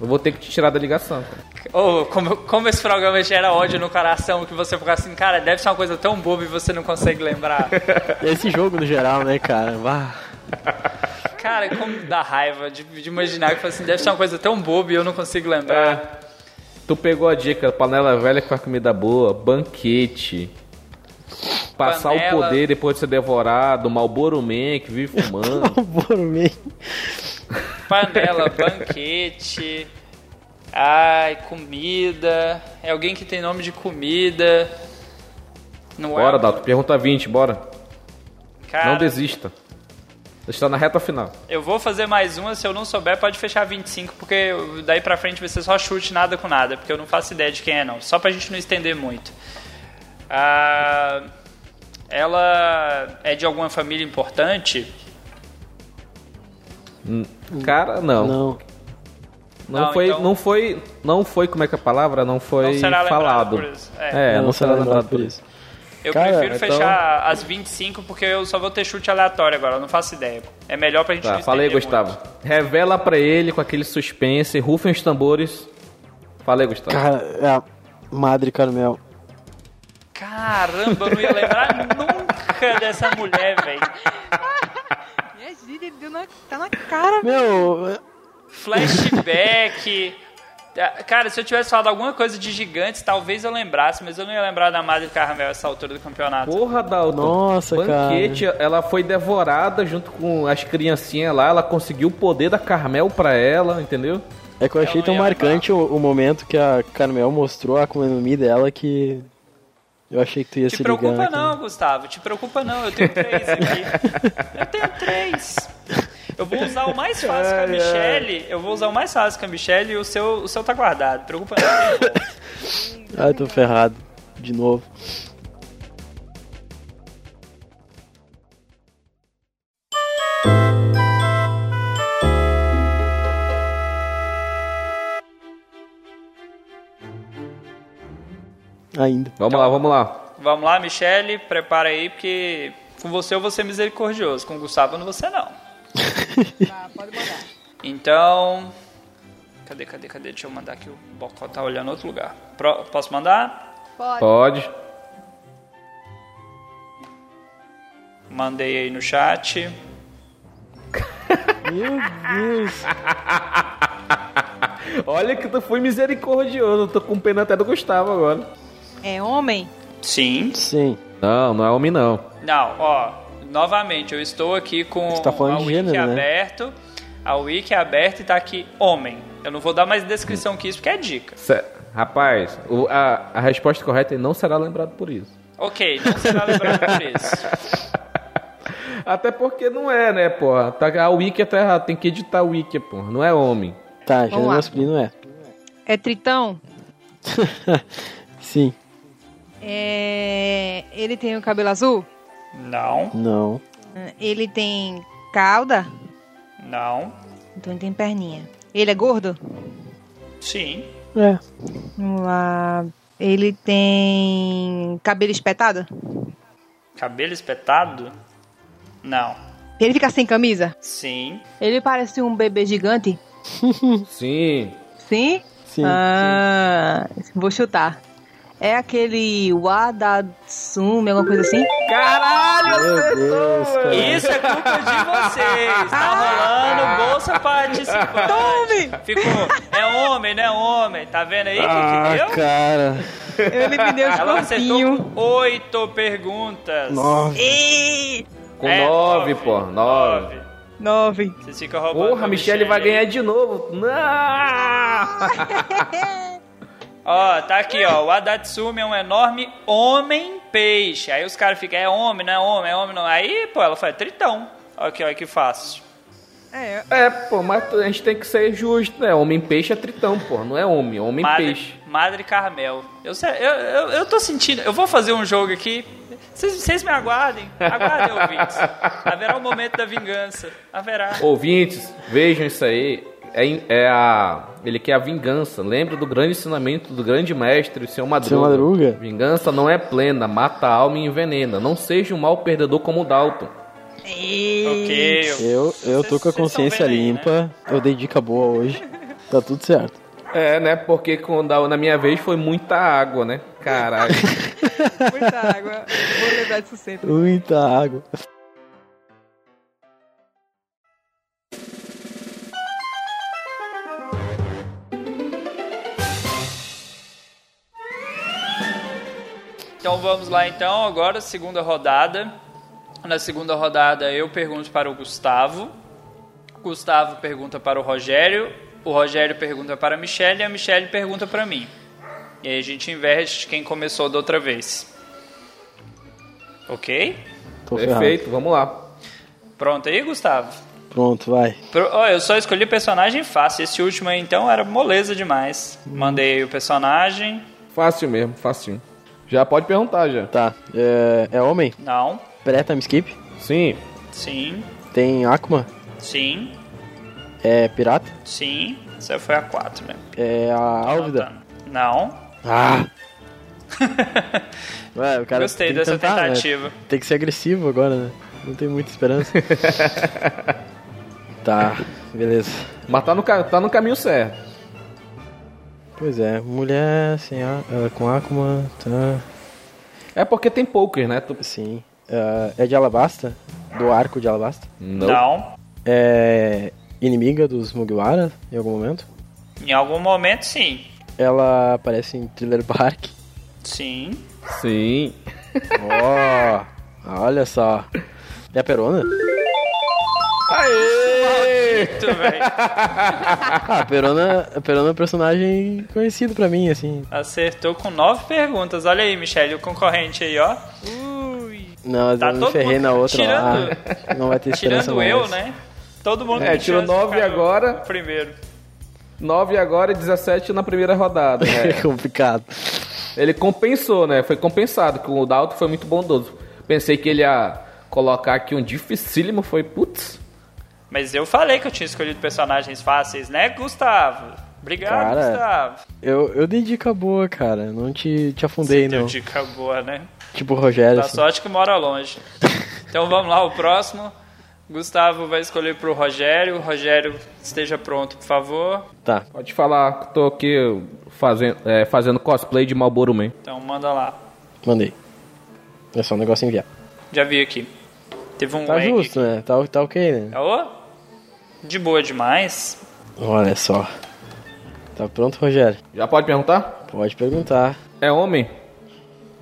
A: eu vou ter que te tirar da ligação. cara.
B: Ô, como, como esse programa gera ódio no coração que você fica assim, cara, deve ser uma coisa tão boba e você não consegue lembrar.
C: Esse jogo no geral, né, cara? Vá.
B: cara, como dá raiva de, de imaginar que fala assim, deve ser uma coisa tão boba e eu não consigo lembrar.
A: Tu pegou a dica, panela velha que faz comida boa, banquete. Passar o
B: Panela.
A: poder depois de ser devorado, Malboro Man que vive fumando.
C: Por mim.
B: Panela, banquete. Ai, comida. É alguém que tem nome de comida. Não
A: bora,
B: é.
A: Dalton. Pergunta 20, bora.
B: Cara,
A: Não desista. Está na reta final.
B: eu vou fazer mais uma. Se eu não souber, pode fechar 25, porque daí pra frente vai ser só chute nada com nada, porque eu não faço ideia de quem é, não. Só pra gente não estender muito. Ah, ela é de alguma família importante?
A: Cara, não. Não,
C: Não.
B: Não,
A: foi,
B: então-
A: não foi, não foi como é que é a palavra? Não foi
B: Não será lembrado
A: falado.
B: por isso, é.
A: É, não, será lembrado por isso.
B: Eu
C: Cara,
B: prefiro
A: então-
B: fechar as 25, porque eu só vou ter chute aleatório agora, eu não faço ideia. É melhor pra gente não
A: Tá, falei,
B: estender
A: Gustavo.
B: muito.
A: Revela pra ele com aquele suspense, rufem os tambores. Falei, Gustavo.
C: Cara, é a Madre Carmel.
B: Caramba, eu não ia lembrar nunca dessa mulher, velho.
D: Minha gíria É, deu na, tá na cara.
C: Meu, é-
B: Flashback. Ah, Cara, se eu tivesse falado alguma coisa de gigantes, talvez eu lembrasse, mas eu não ia lembrar da Madre Carmel essa altura do campeonato.
A: Porra, Dalton.
C: Nossa,
A: Banquete, ela foi devorada junto com as criancinhas lá. Ela conseguiu o poder da Carmel pra ela, entendeu?
C: é que eu achei
B: não
C: tão
B: ia
C: marcante o, o momento que a Carmel mostrou a Akuma no Mi dela que eu achei que tu ia
B: Te
C: se
B: preocupa
C: ligar. cara.
B: não, Gustavo. Te preocupa não. Eu tenho três aqui. Eu tenho três. Eu vou usar o mais fácil que a Michelle. Eu vou usar o mais fácil que a Michelle e o seu, o seu tá guardado. Te Preocupa não.
C: Ai, tô ferrado. De novo. Ainda.
A: Vamos lá, vamos lá.
B: Vamos lá, Michelle. Prepara aí, porque com você eu vou ser misericordioso. Com o Gustavo eu não vou ser, não.
D: Tá, pode mandar.
B: Então. Cadê, cadê, cadê? Deixa eu mandar aqui. O Bocó tá olhando outro lugar. Pro- posso mandar?
D: Pode.
A: Pode.
B: Mandei aí no chat.
C: Meu Deus.
A: Olha que tu foi misericordioso. Eu tô com pena até do Gustavo agora.
D: É homem?
B: Sim.
C: Sim.
A: Não, não é homem, não.
B: Não, ó. Novamente, eu estou aqui com
C: Você tá falando
B: a
C: de
B: wiki
C: gênero, né?
B: aberto. A wiki é aberta e tá aqui homem. Eu não vou dar mais descrição que isso, porque é dica.
A: Cê- Rapaz, o- a, a resposta correta é não será lembrado por isso.
B: Ok, não será lembrado por isso.
A: Até porque não é, né, porra? Tá- A Wiki tá errada, tem que editar a Wiki, porra. Não é homem.
C: Tá, gênero
D: lá.
C: masculino é.
D: É tritão?
C: Sim.
D: É... Ele tem o cabelo azul?
B: Não,
C: Não.
D: Ele tem cauda?
B: não,
D: Então ele tem perninha. Ele é gordo?
B: sim,
C: É.
D: Vamos lá. Ele tem cabelo espetado?
B: cabelo espetado? Não,
D: Ele fica sem camisa?
B: sim,
D: Ele parece um bebê gigante?
A: Sim.
D: Sim?
C: Sim.
D: Ah, vou chutar. É aquele Wadatsumi, alguma coisa assim?
C: Meu Deus, cara.
B: Isso é culpa de vocês. Tá rolando bolsa participante.
D: Tome!
B: Ficou. É homem, né? Homem. Tá vendo aí o que que
C: Ah,
B: deu?
C: cara.
D: Ele me deu
B: Ela
D: escorpinho.
B: acertou com oito perguntas.
C: Nossa.
D: E...
A: Com
B: É,
A: nove, porra. Nove.
D: Nove.
B: Vocês ficam roubando.
A: Porra,
B: a
A: a Michelle vai ganhar de novo. Não!
B: Ó, tá aqui, ó. O Adatsumi é um enorme homem-peixe. Aí os caras ficam, é homem, não é homem, é homem, não. Aí, pô, ela fala, tritão. Olha que, olha que fácil.
D: É,
A: É, pô, mas a gente tem que ser justo, né? Homem-peixe é tritão, pô. Não é homem, é homem-peixe.
B: Madre, Madre Carmel. Eu, sé- eu, eu, eu tô sentindo. Eu vou fazer um jogo aqui. Vocês vocês me aguardem. Aguardem, ouvintes. Haverá um momento da vingança. Haverá.
A: Ouvintes, vejam isso aí. É, in- é a. Ele quer a vingança. Lembra do grande ensinamento do grande mestre, seu Madruga.
C: Seu Madruga.
A: Vingança não é plena, mata a alma e envenena. Não seja um mau perdedor como o Dalton.
B: Ok.
C: Eu, eu tô com a
B: Vocês- vocês
C: consciência
B: tão vendo aí, né?
C: limpa, eu dei dica boa hoje, tá tudo certo.
A: É, né? Porque quando a- na minha vez foi muita água, né? Caralho.
D: muita água. Vou lembrar disso sempre.
C: Muita água.
B: Então vamos lá então, agora segunda rodada. Na segunda rodada eu pergunto para o Gustavo. O Gustavo pergunta para o Rogério. O Rogério pergunta para a Michelle e a Michelle pergunta para mim. E aí a gente inverte quem começou da outra vez. Ok?
C: Tô ferrado.
A: Perfeito, vamos lá.
B: Pronto aí, Gustavo?
C: Pronto, vai.
B: Pro- ó, eu só escolhi personagem fácil. Esse último aí então era moleza demais. Mandei o personagem.
A: Fácil mesmo, facinho. Já pode perguntar, já.
C: Tá, é, é homem?
B: Não.
C: Pré-time skip?
A: Sim.
B: Sim.
C: Tem Akuma?
B: Sim.
C: É pirata?
B: Sim, você foi a 4, né?
C: É a Álvida?
B: Não.
C: Ah! Ué, o cara
B: Gostei
C: tem que
B: dessa
C: tentar, né?
B: tentativa.
C: Tem que ser agressivo agora, né? Não tem muita esperança. tá, beleza.
A: Mas tá no, ca- tá no caminho certo.
C: Pois é, mulher sem a, ah, com Akuma, tá.
A: É porque tem poucas, né? Tu...
C: Sim. Ah, é de Alabasta? Do arco de Alabasta?
A: Não.
B: Não.
C: É inimiga dos Mugiwara em algum momento?
B: Em algum momento, sim.
C: Ela aparece em Thriller Bark.
B: Sim.
A: Sim.
C: Ó, olha só. É a Perona?
B: Muito bem.
C: Ah, a Perona, a Perona é um personagem conhecido pra mim, assim.
B: Acertou com 9 perguntas. Olha aí, Michele, o concorrente aí, ó. Ui.
C: Não, mas
B: Tá
C: eu me
B: todo
C: ferrei
B: mundo-
C: na outra lá.
B: tirando-
C: Não vai ter esperança
B: Tá Tirando
C: mais.
B: eu, né? Todo mundo
A: É,
B: tem
A: tirou
B: chance de
A: nove
B: ficar
A: agora.
B: no Primeiro.
A: 9 agora e 17 na primeira rodada. né?
C: É complicado.
A: Ele compensou, né? Foi compensado, que o Dalton foi muito bondoso. Pensei que ele ia colocar aqui um dificílimo, foi putz.
B: Mas eu falei que eu tinha escolhido personagens fáceis, né, Gustavo? Obrigado,
C: Cara,
B: Gustavo.
C: Eu, eu dei dica boa, cara. Não te, te afundei,
B: Deu
C: não.
B: dica boa, né?
C: Tipo o Rogério,
B: Da
C: assim.
B: sorte que mora longe. Então vamos lá, o próximo. Gustavo vai escolher pro Rogério. Rogério, esteja pronto, por favor.
C: Tá.
A: Pode falar que tô aqui fazendo, é, fazendo cosplay de Malboro Man.
B: Então manda lá.
C: Mandei. É só um negócio enviar.
B: Já vi aqui. Teve um
C: Tá
B: lag.
C: justo, né? Tá, tá ok, né?
B: Alô? De boa demais.
C: Olha só. Tá pronto, Rogério?
A: Já pode perguntar?
C: Pode perguntar.
A: É homem?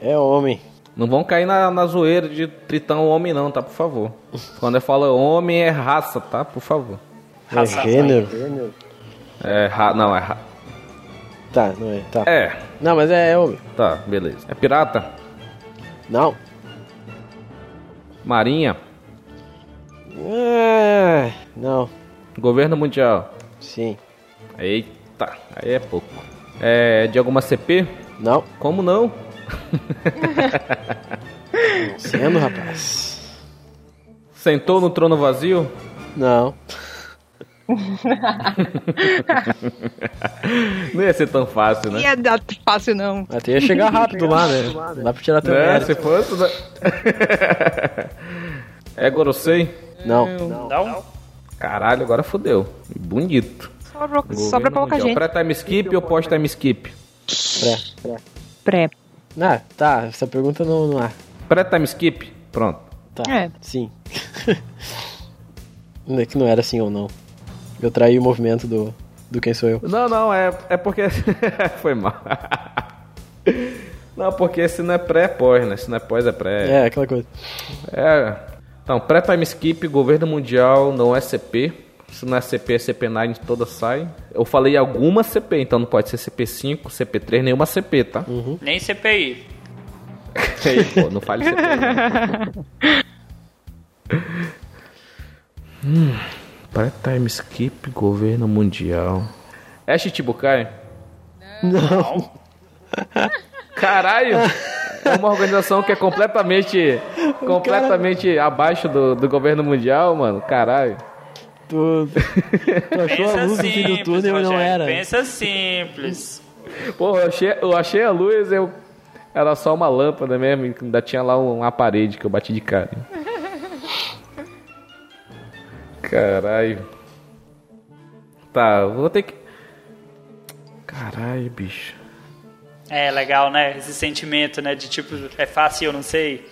C: É homem.
A: Não vão cair na, na zoeira de tritão homem não, tá? Por favor. Quando eu falo homem é raça, tá? Por favor.
C: É
B: Raça.
C: gênero.
A: É ra... Não, é ra...
C: Tá, não é. Tá.
A: É,
C: Não, mas é, é homem.
A: tá, beleza. É pirata?
C: Não.
A: Marinha?
C: É... Não.
A: Governo mundial?
C: Sim.
A: Eita, aí é pouco. É de alguma CP?
C: Não.
A: Como não?
C: Sendo, rapaz.
A: Sentou no trono vazio?
C: Não.
A: Não ia ser tão fácil, né?
D: Ia dar fácil, não.
C: Até ia chegar rápido lá, né? Dá pra tirar teu
A: Né?
C: mérito.
A: Se fosse. né? é Gorosei?
C: Não.
B: Dá um.
A: Caralho, agora fodeu. Bonito.
D: Só pra, só pra pouca gente.
A: Pré-time skip ou pós-time skip?
C: Pré. Pré.
D: Pré.
C: Ah, tá. Essa pergunta não, não há.
A: Pré-time skip? Pronto.
C: Tá.
D: É.
C: Sim. Não é que não era assim ou não. Eu traí o movimento do, do quem sou eu.
A: Não, não, é, é porque. Foi mal. não, porque se não é pré, é pós, né? Se não é pós, é pré.
C: É, aquela coisa.
A: É. Então, pré-time skip, governo mundial, não é CP. Se não é CP, é CP9, toda sai. Eu falei alguma CP, então não pode ser CP5, CP3, nenhuma CP, tá?
B: Nem CPI.
A: Ei, pô, não fale CP. Hum, para time skip, governo mundial. É Chichibukai?
B: Não.
A: Caralho! É uma organização que é completamente completamente abaixo do, do governo mundial, mano. Caralho.
C: Tu, tu achou a
B: Pensa
C: luz no fim é do
B: simples,
C: túnel e não
B: Rogério,
C: era.
B: Pensa simples.
A: Porra, eu achei, eu achei a luz, eu. Era só uma lâmpada mesmo, e ainda tinha lá um- uma parede que eu bati de cara. Caralho. Tá, eu vou ter que. Caralho, bicho.
B: É legal, né? Esse sentimento, né? De tipo, é fácil, eu não sei.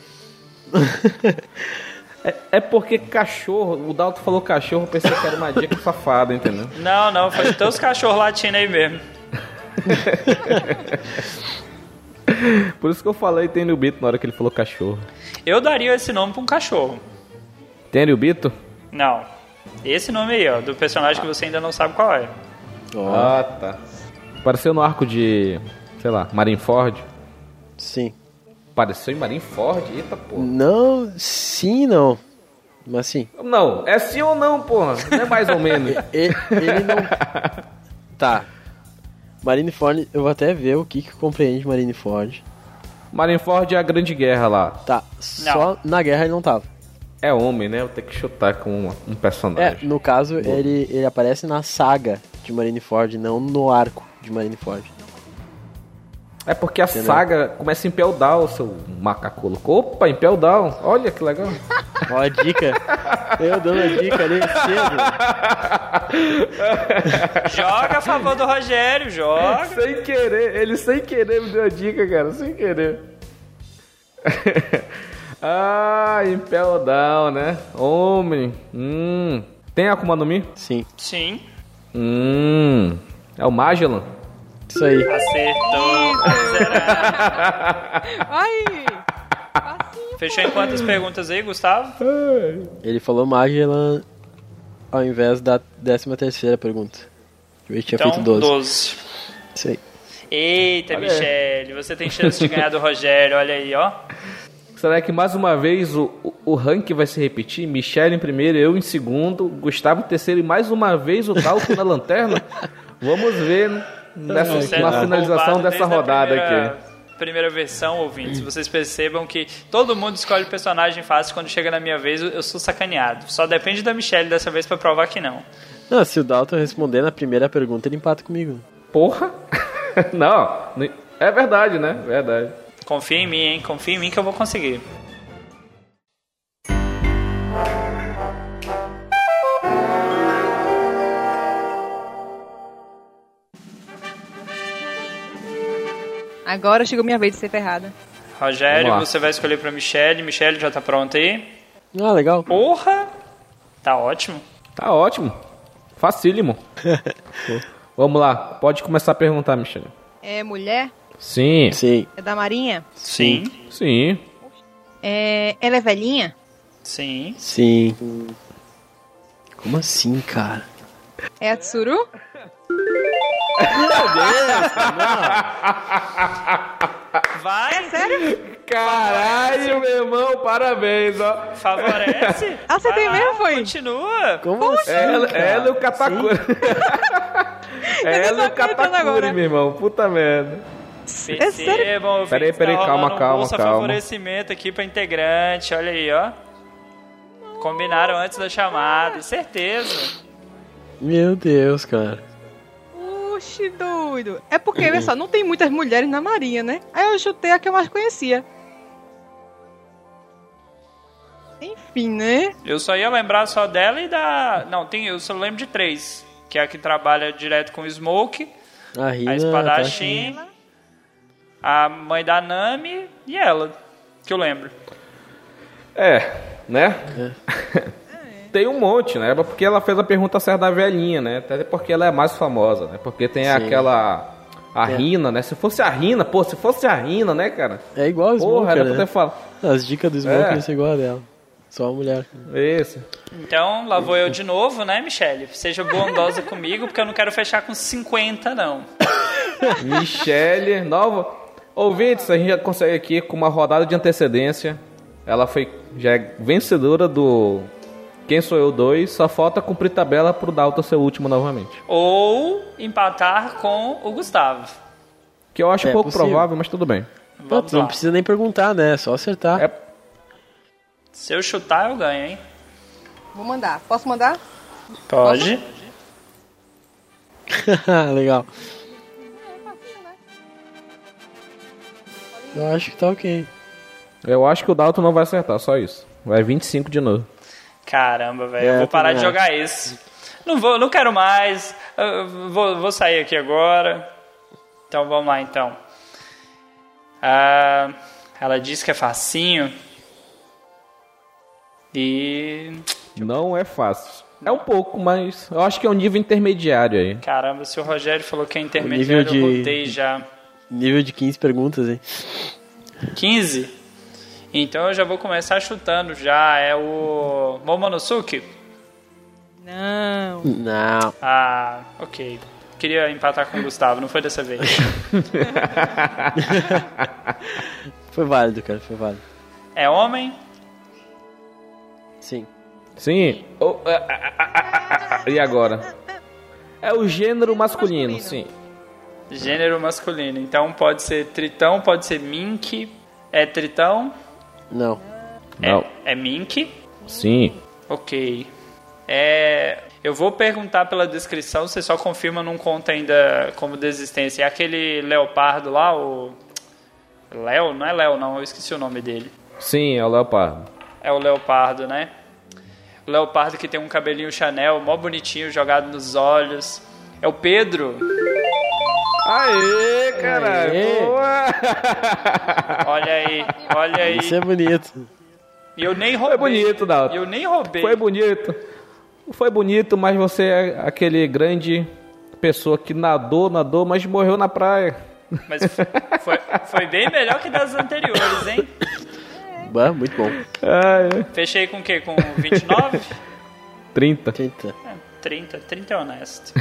A: É, é porque cachorro, o Dalton falou cachorro, eu pensei que era uma dica safada, entendeu?
B: Não, não, foi de todos os cachorros latinos aí mesmo.
A: Por isso que eu falei tem no Bito na hora que ele falou cachorro.
B: Eu daria esse nome pra um cachorro.
A: Tem no Bito?
B: Não. Esse nome aí, ó, do personagem que você ainda não sabe qual é.
C: Ó,
A: Ah, tá. Apareceu no arco de. sei lá, Marineford.
C: sim.
A: Apareceu em Marineford? Eita porra.
C: Não, sim, não. Mas sim.
A: Não, é sim ou não, porra. Não é mais ou menos.
C: E- ele não. Tá. Marineford, eu vou até ver o que, que compreende Marineford.
A: Marineford é a grande guerra lá.
C: Tá, só na guerra ele não tava.
A: É homem, né? Eu tenho que chutar com um, um
C: É,
A: personagem.
C: no caso, ele, ele aparece na saga de Marineford, não no arco de Marineford.
A: É, porque a saga começa em Impel Down, seu macaco louco. Opa, Impel Down. Olha que legal.
C: Ó a dica. Eu dando a dica ali cedo.
B: Joga a favor do Rogério, joga.
A: sem querer, ele sem querer me deu a dica, cara, sem querer. ah, Impel Down, né? Homem. Hum. Tem Akuma no Mi?
C: Sim,
B: Sim,
A: Hum. É o Magellan?
C: isso aí.
B: acertou. Será?
D: Ai! Facinho.
B: Fechou em quantas perguntas aí, Gustavo?
C: Ele falou Magellan ao invés da 13 terceira pergunta. Eu tinha
B: Então,
C: feito 12.
B: 12.
C: Isso aí.
B: Eita, Michele, você tem chance de ganhar do Rogério, olha aí, ó.
A: Será que mais uma vez o, o, o ranking vai se repetir? Michelle em primeiro, eu em segundo, Gustavo em terceiro e mais uma vez o Dalton na lanterna? Vamos ver nessa,
B: Você
A: na
B: tá
A: finalização
B: roubado
A: dessa
B: desde a
A: rodada
B: primeira-
A: aqui.
B: Primeira versão, ouvintes, vocês percebam que todo mundo escolhe personagem fácil quando chega na minha vez, eu- eu sou sacaneado. Só depende da Michelle dessa vez pra provar que não.
C: Não, se o Dalton responder na primeira pergunta, ele empata comigo.
A: Porra! Não, ni- é verdade, né? Verdade.
B: Confia em mim, hein? Confia em mim que eu vou conseguir.
D: Agora chegou minha vez de ser ferrada.
B: Rogério,
A: Vamos lá.
B: você vai escolher pra Michelle. Michelle já tá pronta aí.
C: Ah, legal.
B: Porra! Tá ótimo.
A: Tá ótimo. Facílimo. Vamos lá, pode começar a perguntar, Michelle.
D: É mulher?
A: Sim,
C: Sim.
D: É da Marinha?
B: Sim.
A: sim.
D: É... Ela é velhinha?
B: Sim.
C: Sim. Como assim, cara?
D: É a Tsuru?
B: Vai!
D: Sério?
A: Caralho, meu irmão, parabéns, ó.
B: Favorece!
D: Acertei
B: Vai
D: Ah,
B: lá,
D: mesmo, foi?
B: Continua!
C: Como, assim?
A: Ela,
C: cara?
A: ela e o Katakuri. ela e o
D: Eu tô acreditando
A: Katakuri,
D: agora.
A: meu irmão. Puta merda.
D: É sério?
B: Percebam, ouvintes,
A: Peraí, peraí,
B: tá
A: calma,
B: rolando um
A: calma,
B: bolsa
A: calma.
B: favorecimento aqui pra integrante, olha aí, ó. Combinaram antes da chamada, certeza.
C: Meu Deus, cara.
D: Oxi, doido. É porque, olha só, não tem muitas mulheres na Marinha, né? Aí eu chutei a que eu mais conhecia. Enfim, né?
B: Eu só ia lembrar só dela e da... Não, tem, eu só lembro de três. Que é a que trabalha direto com o Smoke,
C: A Rina. tá
A: tá
B: a espadachim, a mãe da Nami e ela, que eu lembro.
A: É, né? Tem um monte, né? Porque ela fez a pergunta certa da velhinha, né? Até porque ela é mais famosa, né? Porque tem aquela. A
C: É.
A: Rina, né? Se fosse a Rina, pô, se fosse a Rina, né, cara?
C: É igual o
A: Porra,
C: Smoker,
A: era pra
C: né?
A: ter falado.
C: As dicas do Smoker
A: É.
C: é. são igual a dela. Só uma mulher.
A: Esse.
B: Então, lá vou eu de novo, né, Michele? Seja bondosa comigo, porque eu não quero fechar com 50, não.
A: Michele, nova. Ouvintes, a gente já consegue aqui com uma rodada de antecedência. Ela foi já é vencedora do Quem Sou Eu 2. Só falta cumprir tabela pro Dalton ser o último novamente.
B: Ou empatar com o Gustavo.
A: Que eu acho
C: É
A: pouco
C: possível.
A: provável, mas tudo bem.
C: Pô,
B: Vamos
C: tu não
B: lá.
C: precisa nem perguntar, né? É só acertar.
A: É-
B: Se eu chutar, eu ganho, hein?
D: Vou mandar. Posso mandar?
B: Pode.
C: Legal. Eu acho que tá ok.
A: Eu acho que o Dalton não vai acertar, só isso. Vai 25 de novo.
B: Caramba, velho. eu
C: É,
B: vou parar de
C: também
B: jogar isso. Não vou, não quero mais. Eu vou, vou sair aqui agora. Então vamos lá então. Ah, ela disse que é facinho. E.
A: Não é fácil. É um pouco, mas eu acho que é um nível intermediário aí.
B: Caramba, se o Rogério falou que é
C: nível
B: intermediário,
C: de-
B: eu botei já.
C: Nível de 15 perguntas, hein?
B: 15? Então eu já vou começar chutando já. É o. Momonosuke?
D: Não.
C: Não.
B: Ah, ok. Queria empatar com o Gustavo, não foi dessa vez.
C: Foi válido, cara. Foi válido.
B: É homem?
C: Sim.
A: Sim. Oh, ah, ah, ah, ah, ah, ah, E agora? É o gênero masculino, sim.
B: Gênero masculino. Então pode ser tritão, pode ser mink. É tritão?
C: Não.
A: Não.
B: É, é mink?
A: Sim.
B: Ok. É. Eu vou perguntar pela descrição, você só confirma, não conta ainda como desistência. É aquele leopardo lá, o. Léo? Não é Léo, não, eu esqueci o nome dele.
A: Sim, é o leopardo.
B: É o leopardo, né? O leopardo que tem um cabelinho Chanel, mó bonitinho, jogado nos olhos. É o Pedro?
A: Aê, caralho!
C: Aê.
A: Boa!
B: Olha aí, olha aí.
C: Isso é bonito.
B: E eu nem
A: Foi
B: roubei.
A: bonito, Dalton.
B: Eu nem roubei.
A: Foi bonito. Foi bonito, mas você é aquele grande pessoa que nadou, nadou, mas morreu na praia.
B: Mas f- foi, foi bem melhor que das anteriores, hein?
C: Bah, muito bom.
A: Ai,
B: Fechei com o quê? Com 29?
A: 30.
C: Tenta.
B: É, 30. 30 é honesto.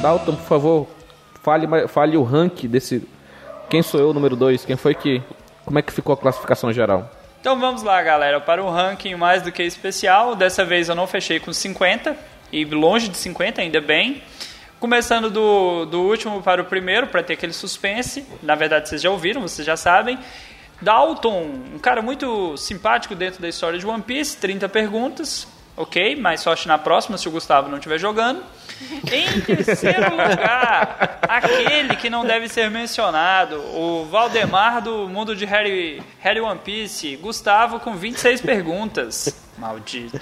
A: Dalton, por favor, fale, ma- fale o rank desse. Quem sou eu, número 2? Quem foi que. Como é que ficou a classificação geral?
B: Então vamos lá, galera, para um ranking mais do que especial. Dessa vez eu não fechei com 50, e longe de 50, ainda bem. Começando do, do último para o primeiro, para ter aquele suspense. Na verdade, vocês já ouviram, vocês já sabem. Dalton, um cara muito simpático dentro da história de One Piece, 30 perguntas. Ok, mais sorte na próxima se o Gustavo não estiver jogando. Em terceiro lugar, aquele que não deve ser mencionado, o Valdemar do mundo de Harry, Harry One Piece, Gustavo com 26 perguntas. Maldito.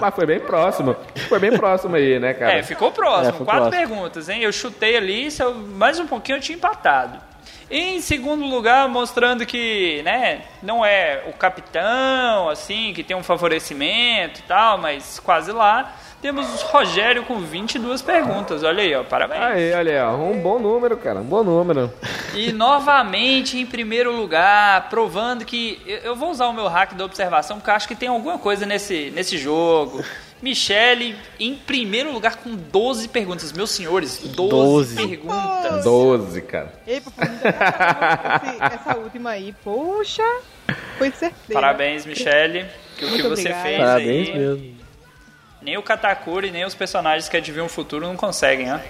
A: Mas foi bem próximo. Foi bem próximo aí, né, cara?
B: É, ficou próximo,
C: É, foi
B: quatro
C: próximo.
B: perguntas, hein? Eu chutei ali, se eu- mais um pouquinho eu tinha empatado. Em segundo lugar, mostrando que, né, não é o capitão, assim, que tem um favorecimento e tal, mas quase lá. Temos o Rogério com 22 perguntas, olha aí, ó, parabéns.
A: Aí, olha, aí, ó, um bom número, cara. Um bom número.
B: E novamente em primeiro lugar, provando que eu- eu vou usar o meu hack da observação, porque eu acho que tem alguma coisa nesse, nesse jogo. Michele em primeiro lugar com 12 perguntas. Meus senhores, 12,
C: Doze.
A: Tá
B: perguntas.
A: 12, cara.
D: Ei, por favor, me dá esse- essa última aí. Poxa, foi certeza.
B: Parabéns, Michele, que o
D: Muito
B: que você
D: obrigada.
B: fez
C: Parabéns
B: aí.
C: mesmo.
B: Nem o Katakuri, nem os personagens que é adivinham o um futuro não conseguem, né?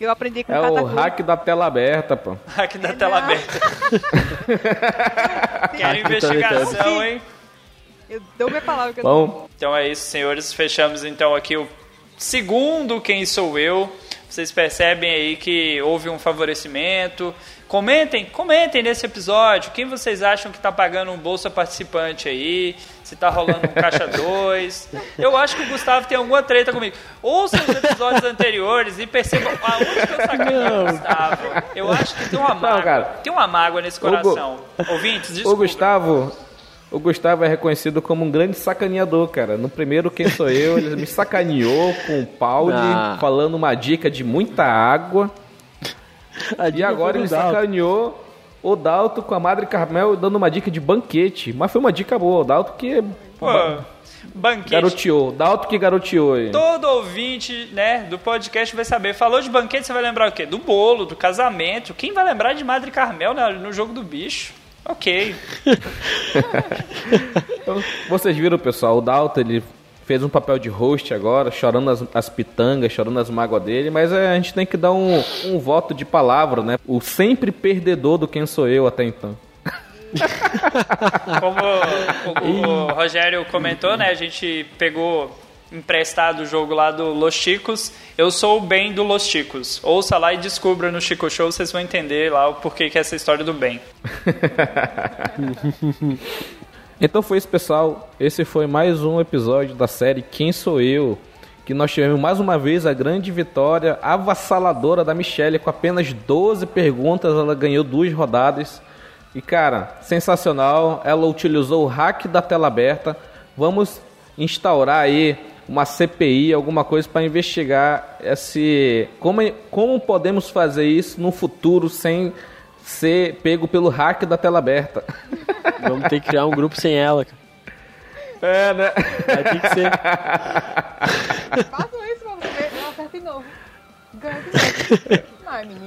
D: Eu aprendi com
A: É o
D: Katakuri.
A: hack da tela aberta, pô.
B: Hack da tela
D: É não.
B: aberta. Quero
C: Hack do Teletubbies.
B: investigação, hein?
D: Eu dou minha palavra que eu
A: Bom,
B: Então é isso, senhores. Fechamos então aqui o segundo Quem Sou Eu. Vocês percebem aí que houve um favorecimento. Comentem, comentem nesse episódio. Quem vocês acham que tá pagando um bolsa participante aí? Se tá rolando um caixa 2. Eu acho que o Gustavo tem alguma treta comigo. Ouçam os episódios anteriores e percebam aonde que eu saquei o Gustavo. Eu acho que tem uma mágoa.
A: cara.
B: Tem uma mágoa nesse
A: Ô, Gu-
B: coração. Ouvintes,
A: O
B: desculpa.
A: Gustavo. O Gustavo é reconhecido como um grande sacaneador, cara. No primeiro Quem Sou Eu, ele me sacaneou com um pau de-
C: Ah.
A: falando uma dica de muita água. E agora ele sacaneou o Dalto com a Madre Carmel dando uma dica de banquete. Mas foi uma dica boa, o Dalto que
B: Pô, banquete.
A: garoteou. O Dalto que garoteou. ele.
B: Todo ouvinte, né, do podcast vai saber. Falou de banquete, você vai lembrar o quê? Do bolo, do casamento. Quem vai lembrar de Madre Carmel na- no jogo do bicho? Ok.
A: Então, Vocês viram, pessoal, o Dalton ele fez um papel de host agora, chorando as, as pitangas, chorando as mágoas dele, mas é, a gente tem que dar um, um voto de palavra, né? O sempre perdedor do quem sou eu até então.
B: Como o, o- o Rogério comentou, né? A gente pegou emprestado o jogo lá do Los Chicos. Eu sou o bem do Los Chicos. Ouça lá e descubra no Chico Show, vocês vão entender lá o porquê que é essa história do bem.
A: Então foi isso, pessoal. Esse foi mais um episódio da série Quem Sou Eu, que nós tivemos mais uma vez a grande vitória avassaladora da Michelle com apenas 12 perguntas, ela ganhou duas rodadas. E cara, sensacional, ela utilizou o hack da tela aberta. Vamos instaurar aí uma CPI, alguma coisa para investigar esse como como podemos fazer isso no futuro sem ser pego pelo hack da tela aberta.
C: Vamos ter que criar um grupo sem ela, cara.
A: É, né?
C: Vai ter que ser.
F: Façam isso pra você ver. Eu acerto de novo. Ganho de novo. Ai, menina.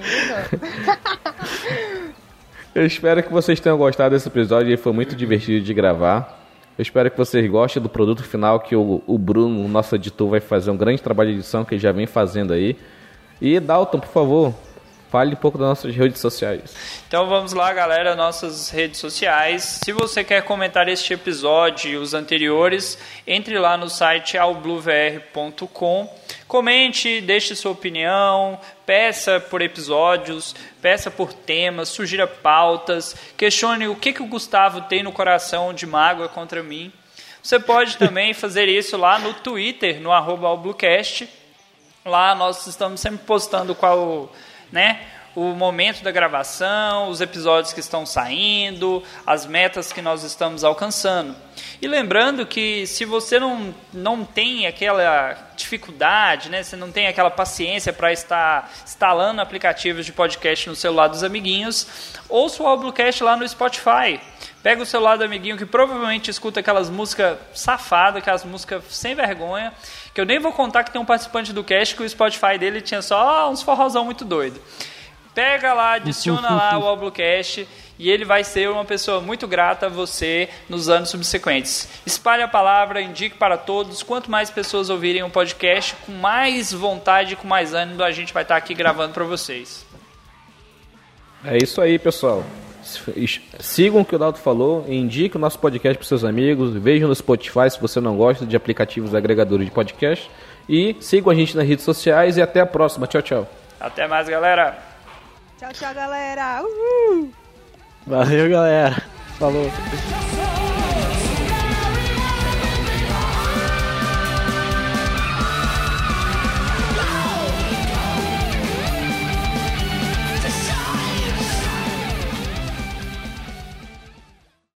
A: Eu espero que vocês tenham gostado desse episódio, ele foi muito divertido de gravar. Eu espero que vocês gostem do produto final que o, o Bruno, o nosso editor, vai fazer um grande trabalho de edição que ele já vem fazendo aí. E Dalton, por favor, fale um pouco das nossas redes sociais.
B: Então vamos lá, galera, nossas redes sociais. Se você quer comentar este episódio e os anteriores, entre lá no site albluvr.com. Comente, deixe sua opinião, peça por episódios, peça por temas, sugira pautas, questione o que, que o Gustavo tem no coração de mágoa contra mim. Você pode também fazer isso lá no Twitter, no arroba albluvcast. Lá nós estamos sempre postando qual, né, o momento da gravação, os episódios que estão saindo, as metas que nós estamos alcançando. E lembrando que se você não, não tem aquela dificuldade, né, você não tem aquela paciência para estar instalando aplicativos de podcast no celular dos amiguinhos, ouça o Albucast lá no Spotify. Pega o celular do amiguinho que provavelmente escuta aquelas músicas safadas, aquelas músicas sem vergonha, que eu nem vou contar que tem um participante do cast que o Spotify dele tinha só uns forrozão muito doido. Pega lá, adiciona lá o Oblocast e ele vai ser uma pessoa muito grata a você nos anos subsequentes. Espalhe a palavra, indique para todos. Quanto mais pessoas ouvirem o podcast, com mais vontade, com mais ânimo, a gente vai estar aqui gravando para vocês.
A: É isso aí, pessoal. S- Sigam o que o Dalton falou, indique o nosso podcast para seus amigos, vejam no Spotify se você não gosta de aplicativos agregadores de podcast. E sigam a gente nas redes sociais e até a próxima. Tchau, tchau.
B: Até mais, galera!
D: Tchau, tchau, galera. Uhul.
C: Valeu, galera. Falou.
G: Sou